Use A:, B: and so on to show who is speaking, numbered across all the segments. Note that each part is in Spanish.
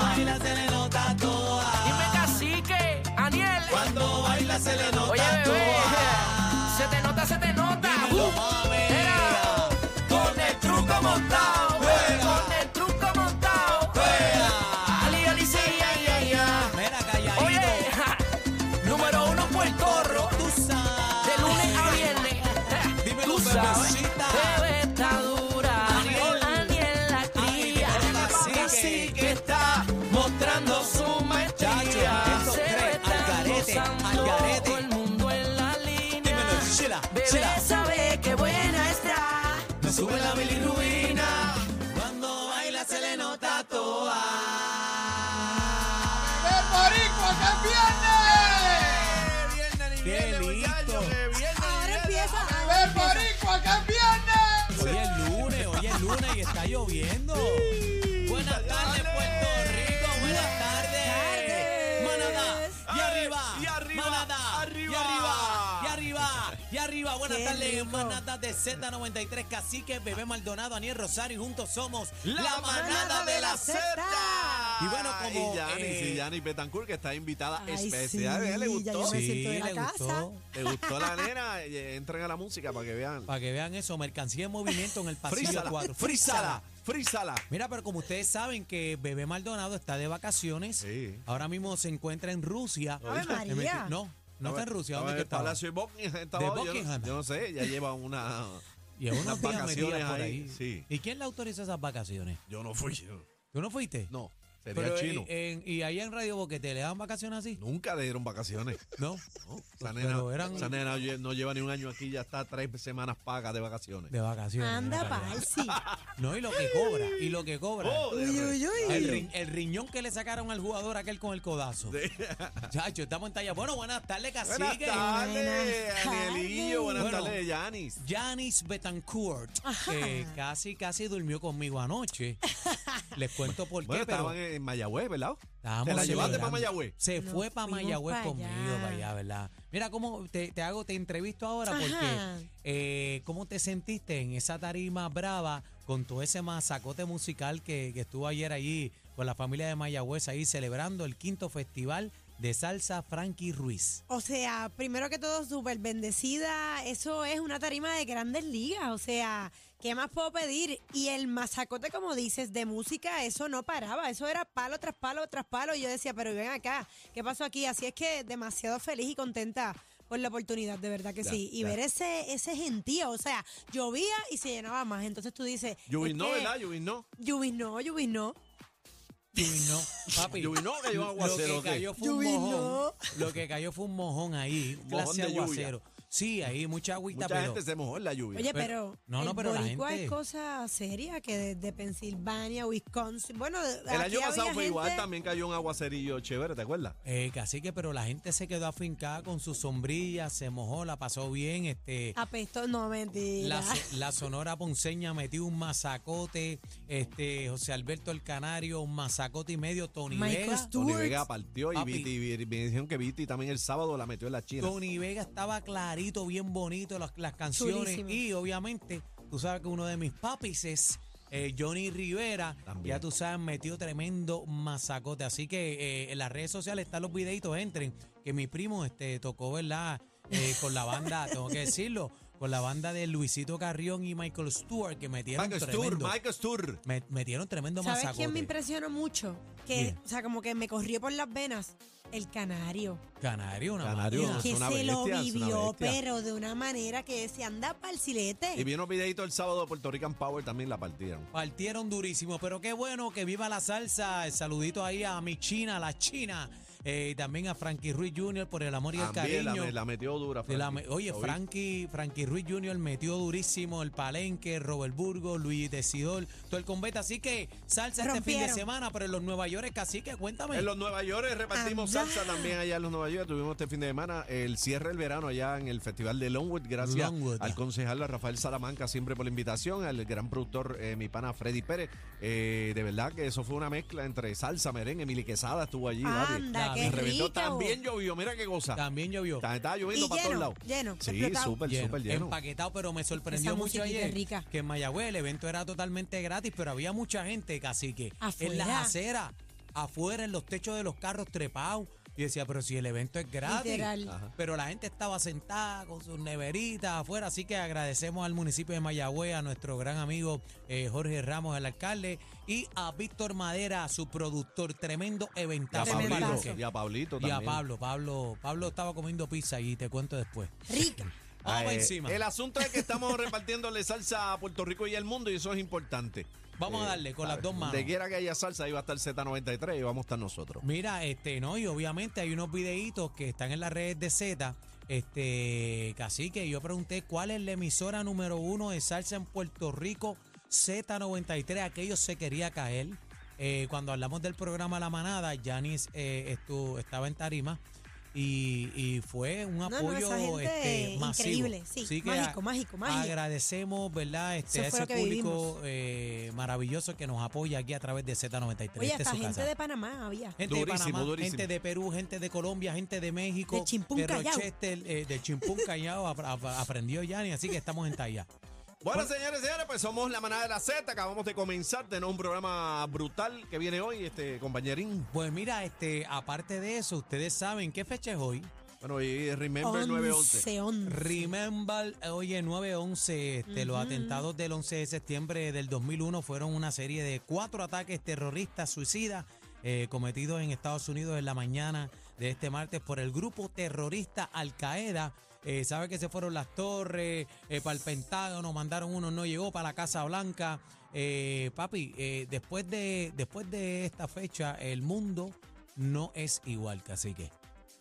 A: baila se le nota toda. Dime cacique, Aniel. Cuando baila se le nota Oye, bebé, Se te nota, se te nota. Uh, era. Con el truco montado. Con el truco montado. Ali, ali, sí, ay, ay, ay. Oye, ja, número uno Puerto Rico. De lunes a viernes. ja, Tú sabes. Bebé está dura. Aniel la cría. Así que está mostrando su maestría. Se ve está gozando todo el mundo en la línea. Bebé sabe que buena está. Me sube la bilirrubina. Cuando baila se le nota toda. ¡Qué viernes! ¡Qué lindo!
B: Ahora empieza.
A: Hoy es lunes, hoy es lunes y está lloviendo. Buenas tardes, Puerto Rico. Buenas tardes. Manada. Y arriba. Y arriba. Manada. Arriba. Y arriba. Y arriba. Y arriba. Buenas
B: Qué
A: tardes,
B: rico.
A: manada de Z93, Cacique, Bebé Maldonado, Aniel Rosario. Y juntos somos la, manada de la Z. Y bueno, como.
C: Y Yanis,
A: eh,
C: y Yanis Betancourt, que está invitada
B: Ay,
C: especial.
B: sí,
C: ¿eh? ¿Le
B: ya
C: gustó?
B: yo me
C: Sí.
B: siento de la
D: le
B: casa.
D: gustó.
C: ¿Le gustó la nena? Y, eh, Entren a la música para que vean.
D: Para que vean eso, mercancía en movimiento en el pasillo
C: Frízala,
D: 4.
C: frízala, frízala.
D: Mira, pero como ustedes saben que Bebé Maldonado está de vacaciones,
C: Sí.
D: ahora mismo se encuentra en Rusia.
B: Ay,
D: Me metí-
B: María.
D: No, no está en Rusia.
C: Estaba
D: ¿Dónde que
C: el
D: estaba?
C: Palacio de Buckingham. estaba
D: De
C: hoy, yo no-
D: Buckingham.
C: Yo, no sé, ya lleva una...
D: Y a unos
C: unas
D: días metidas
C: vacaciones
D: por
C: ahí,
D: ahí.
C: sí.
D: ¿Y quién le autorizó esas vacaciones?
C: Yo no fui. yo-
D: ¿Tú no fuiste?
C: No, sería
D: Pero,
C: chino.
D: eh, en- ¿Y ahí en Radio Boquete le dan vacaciones así?
C: Nunca le dieron vacaciones.
D: No.
C: Esa nena,
D: Pero eran
C: esa nena lle- no lleva ni un año aquí, ya está tres semanas pagas de vacaciones.
D: de vacaciones.
B: Anda,
D: no sabía.
B: Palsi.
D: No, y lo que cobra, y lo que cobra.
C: Oh, de
B: Uy,
C: re-
B: uy, uy.
D: El, ri- el riñón que le sacaron al jugador aquel con el codazo. Chacho, estamos en talla. Bueno, buenas tardes,
C: Buenas
D: cacique.
C: tardes,
B: Buenas
C: Anielillo. Buenas
D: tardes.
C: tardes, Yanis.
D: Janis Betancourt,
B: Ajá.
D: que casi, casi durmió conmigo anoche. Les cuento por qué,
C: Bueno,
D: pero
C: estaban en Mayagüez, ¿verdad?
D: estábamos
C: ¿Te la llevaste
D: celebrando.
C: para Mayagüez?
D: Se
B: Nos
D: fue para
B: fuimos
D: Mayagüez
B: pa'
D: conmigo,
B: allá.
D: para allá, ¿verdad? Mira, cómo te, te hago, te entrevisto ahora
B: Ajá.
D: porque eh, cómo te sentiste en esa tarima brava con todo ese masacote musical que, que estuvo ayer allí con la familia de Mayagüez ahí celebrando el quinto festival de salsa Frankie Ruiz.
B: O sea, primero que todo, súper bendecida. Eso es una tarima de grandes ligas. O sea, ¿qué más puedo pedir? Y el masacote, como dices, de música, eso no paraba. Eso era palo tras palo tras palo. Y yo decía, pero ven acá, ¿qué pasó aquí? Así es que demasiado feliz y contenta por la oportunidad, de verdad que
C: Ya,
B: sí. Y
C: ya.
B: ver ese, ese gentío, o sea, llovía y se llenaba más. Entonces tú dices,
C: Yubi
B: es
C: no,
B: que-
C: ¿verdad? Yubi no.
B: Yubi no, Yubi no.
D: Yubi no, papi.
C: Yubi no, que lleva aguacero,
D: Lo
C: ¿o
D: que
C: qué?
D: cayó fue un
B: Yubi no.
D: mojón. Lo que cayó fue un mojón ahí,
C: Un mojón
D: clase
C: de lluvia.
D: aguacero. Sí, ahí mucha agüita,
C: Mucha
D: pero
C: gente se mojó en la lluvia.
B: Oye,
D: Pero-
B: pero,
D: No, no,
B: el
D: pero la
B: boricua
D: gente-
B: es cosa seria que desde Pensilvania, Wisconsin, bueno, de-
C: el
B: aquí
C: año pasado
B: había
C: fue igual,
B: gente-
C: también cayó un aguacerillo chévere, ¿te acuerdas?
D: Eh, casi que, pero la gente se quedó afincada con sus sombrillas, se mojó, la pasó bien. Este,
B: apestó, no mentira.
D: la, so- la Sonora Ponceña metió un masacote. Este, José Alberto el Canario, un masacote y medio. Tony
B: Michael
D: Vega.
B: Stewart.
C: Tony Vega partió y
D: Papi.
C: Viti, vi- me dijeron que Viti también el sábado la metió en la China.
D: Tony Vega estaba clarito, bien bonito, las, las canciones.
B: Chulísimo.
D: Y obviamente, tú sabes que uno de mis papis es eh, Johnny Rivera.
C: También.
D: Ya tú sabes, metió tremendo masacote. Así que eh, en las redes sociales están los videitos, entren. Que mi primo este, tocó, ¿verdad? Eh, con la banda, tengo que decirlo, con la banda de Luisito Carrión y Michael Stewart, que metieron
C: Michael
D: tremendo.
C: Stur, Michael Stur.
D: me- metieron tremendo
B: ¿Sabes
D: masacote.
B: quién me impresionó mucho? Que,
D: ¿Quién?
B: o sea, como que me corrió por las venas. El canario,
D: Canario, una
C: Canario,
D: máquina.
C: es
B: que se
C: una bestia,
B: lo
C: es una
B: vivió,
C: bestia.
B: pero de una manera que se anda para el
C: Y
B: silete.
C: vino un videito el sábado de Puerto Rican Power, también la partieron.
D: Partieron durísimo, pero qué bueno que viva la salsa. El saludito ahí a mi China, la China, eh, y también a Frankie Ruiz Jr. por el amor y el
C: También la,
D: cariño.
C: me- la metió dura.
D: Te la
C: Frankie.
D: me- oye,
C: Lo vi.
D: Frankie, Frankie Ruiz Jr. metió durísimo el Palenque, Robert Burgo, Luis Decidor, todo el combate. Así que salsa este fin de
B: Rompieron.
D: semana, pero en los Nueva York, así que cuéntame.
C: En los Nueva York repartimos
B: Anda.
C: salsa también allá en los Nueva York. Tuvimos este fin de semana el cierre del verano allá en el Festival de Longwood. Gracias
D: Longwood.
C: al concejal Rafael Salamanca siempre por la invitación, al gran productor eh, mi pana Freddy Pérez. Eh, de verdad que eso fue una mezcla entre salsa, merengue, Emily Quesada estuvo allí. Gaby.
B: Anda,
D: Gaby.
B: qué
C: Reventó.
B: rico.
C: También llovió, mira qué cosa.
D: También llovió.
C: Está- Estaba lloviendo
B: Y
C: para
B: lleno,
C: todos lados.
B: lleno,
C: Sí,
B: explotado.
C: súper,
D: Lleno,
C: súper lleno.
D: Empaquetado, pero me sorprendió
B: Esa
D: mucho
B: musiquita
D: ayer
B: rica.
D: que en Mayagüez el evento era totalmente gratis, pero había mucha gente, casi que
B: Afuera.
D: en las aceras, afuera, en los techos de los carros trepados. Y decía, pero si el evento es gratis.
B: Literal.
D: Pero la gente estaba sentada con sus neveritas afuera, así que agradecemos al municipio de Mayagüez, a nuestro gran amigo eh, Jorge Ramos, el alcalde, y a Víctor Madera, su productor, tremendo
C: Y a
D: eventazo. en
C: Pablito,
D: Palenque.
C: y a Pablito
D: Y
C: también.
D: a Pablo, Pablo, Pablo estaba comiendo pizza y te cuento después.
B: Rica.
D: Vamos
C: Eh,
D: encima.
C: El asunto es que estamos repartiéndole salsa a Puerto Rico y al mundo y eso es importante.
D: Vamos a darle con las dos manos.
C: Eh, Donde quiera que haya salsa, ahí va a estar Z93 y vamos a estar nosotros.
D: Mira, este, no, y obviamente hay unos videitos que están en las redes de Z. Este, casi que yo pregunté cuál es la emisora número uno de salsa en Puerto Rico, Z93, aquello se quería caer. Eh, cuando hablamos del programa La Manada, Yanis eh, estu- estaba en Tarima y, y fue un
B: no,
D: apoyo
B: esa gente
D: este, masivo.
B: increíble, sí,
D: Así que
B: mágico,
D: a-
B: mágico, mágico.
D: Agradecemos, ¿verdad? Este, a
B: Eso fue
D: ese
B: lo que
D: público eh, maravilloso que nos apoya aquí a través de Z93. Esta
B: Oye,
D: es
B: hasta
D: su
B: gente
D: casa.
B: de Panamá había.
D: Gente
C: Durísimo,
D: de Panamá,
C: durísimo.
D: gente de Perú, gente de Colombia, gente de México,
B: De Chimpún Callao.
D: Rochester, eh, de Chimpún Callao, ap- ap- aprendió Yanni, así que estamos en talla.
C: Bueno, señores y señores, pues somos la manada de la Z. Acabamos de comenzar. Tenemos un programa brutal que viene hoy, este compañerín.
D: Pues mira, este, aparte de eso, ustedes saben qué fecha es hoy.
C: Bueno, y Remember 911.
B: 11.
D: Remember, eh, oye, 9-11, este, los atentados del 11 de septiembre del 2001 fueron una serie de cuatro ataques terroristas suicidas eh, cometidos en Estados Unidos en la mañana de este martes por el grupo terrorista Al Qaeda. Eh, Sabe que se fueron las torres, para el Pentágono, mandaron uno, no llegó para la Casa Blanca. Eh, papi, eh, después, de, después de esta fecha, el mundo no es igual, cacique.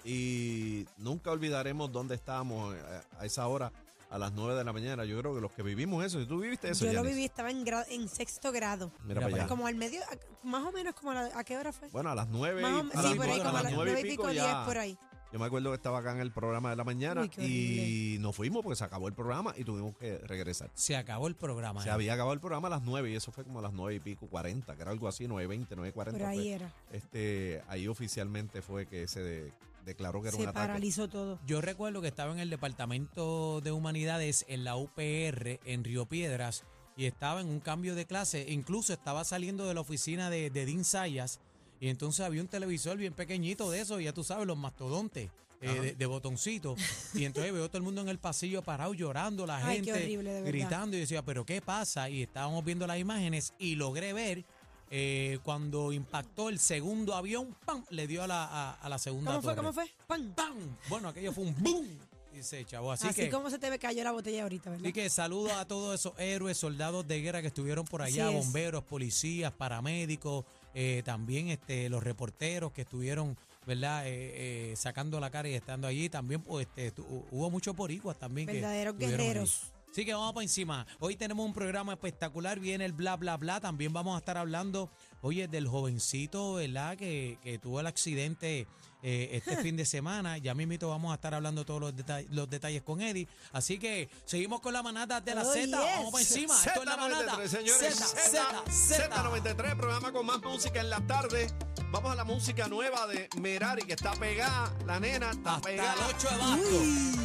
C: Y nunca olvidaremos dónde estábamos eh, a esa hora, a las 9 de la mañana. Yo creo que los que vivimos eso, si tú viviste eso.
B: Yo lo
C: Yanis.
B: viví, estaba en, gra- en sexto grado.
D: Mira
C: Mira, para
D: para
C: allá.
D: allá.
B: Como al medio, a- más o menos como a, la- ¿a qué hora fue.
C: Bueno, a las 9
B: Más o
C: y,
B: me-
C: a
B: sí,
C: las
B: por ahí,
C: nueve-
B: como a las
C: nueve
B: nueve y pico, diez
C: ya-
B: por ahí.
C: Yo me acuerdo que estaba acá en el programa de la mañana
B: Uy, qué
C: y nos fuimos porque se acabó el programa y tuvimos que regresar.
D: Se acabó el programa.
C: Se
D: eh.
C: había acabado el programa a las 9 y eso fue como a las 9 y pico, 40, que era algo así, 9.20, 9.40.
B: Por ahí
C: fue.
B: era.
C: Este, ahí oficialmente fue que se de- declaró que era un
B: Se
C: ataque.
B: paralizó todo.
D: Yo recuerdo que estaba en el Departamento de Humanidades en la UPR en Río Piedras y estaba en un cambio de clase. Incluso estaba saliendo de la oficina de, de Dean Sayas y entonces había un televisor bien pequeñito de eso, ya tú sabes, los mastodontes. eh,
C: Ajá.
D: de, de botoncito y entonces veo todo el mundo en el pasillo parado llorando la
B: Ay,
D: gente
B: qué horrible, de verdad.
D: gritando y decía pero qué pasa y estábamos viendo las imágenes y logré ver eh, cuando impactó el segundo avión pam le dio a la, a, a la segunda
B: ¿Cómo fue?
D: torre.
B: ¿Cómo fue? ¡Pam!
D: ¡Pam! Bueno, aquello fue un boom. Y se chavó. Así,
B: Así,
D: que,
B: como se te cayó la botella ahorita, ¿verdad?
D: así que saludo a todos esos héroes, soldados de guerra que estuvieron por allá,
B: Así es.
D: bomberos, policías, paramédicos, eh, también este, los reporteros que estuvieron, ¿verdad? Eh, eh, sacando la cara y estando allí. También pues, este, tu- hubo muchos boricuas también. que
B: Verdaderos
D: estuvieron
B: guerreros.
D: allí. Así que vamos para encima. Hoy tenemos un programa espectacular, viene el bla bla bla. También vamos a estar hablando, oye, del jovencito, ¿verdad? Que, que tuvo el accidente eh, este fin de semana. Ya mismito vamos a estar hablando todos los, deta- los detalles con Eddie. Así que seguimos con la manada de la
B: Oh,
D: Z. Vamos
B: yes.
D: para encima. Esto es la manada.
C: Z93, señores.
D: Z, Z.
C: Z93, programa con más música en la tarde. Vamos a la música nueva de Merari, que está pegada, la nena está
D: Hasta
C: pegada.
D: el 8 de marzo.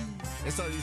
C: Eso dice.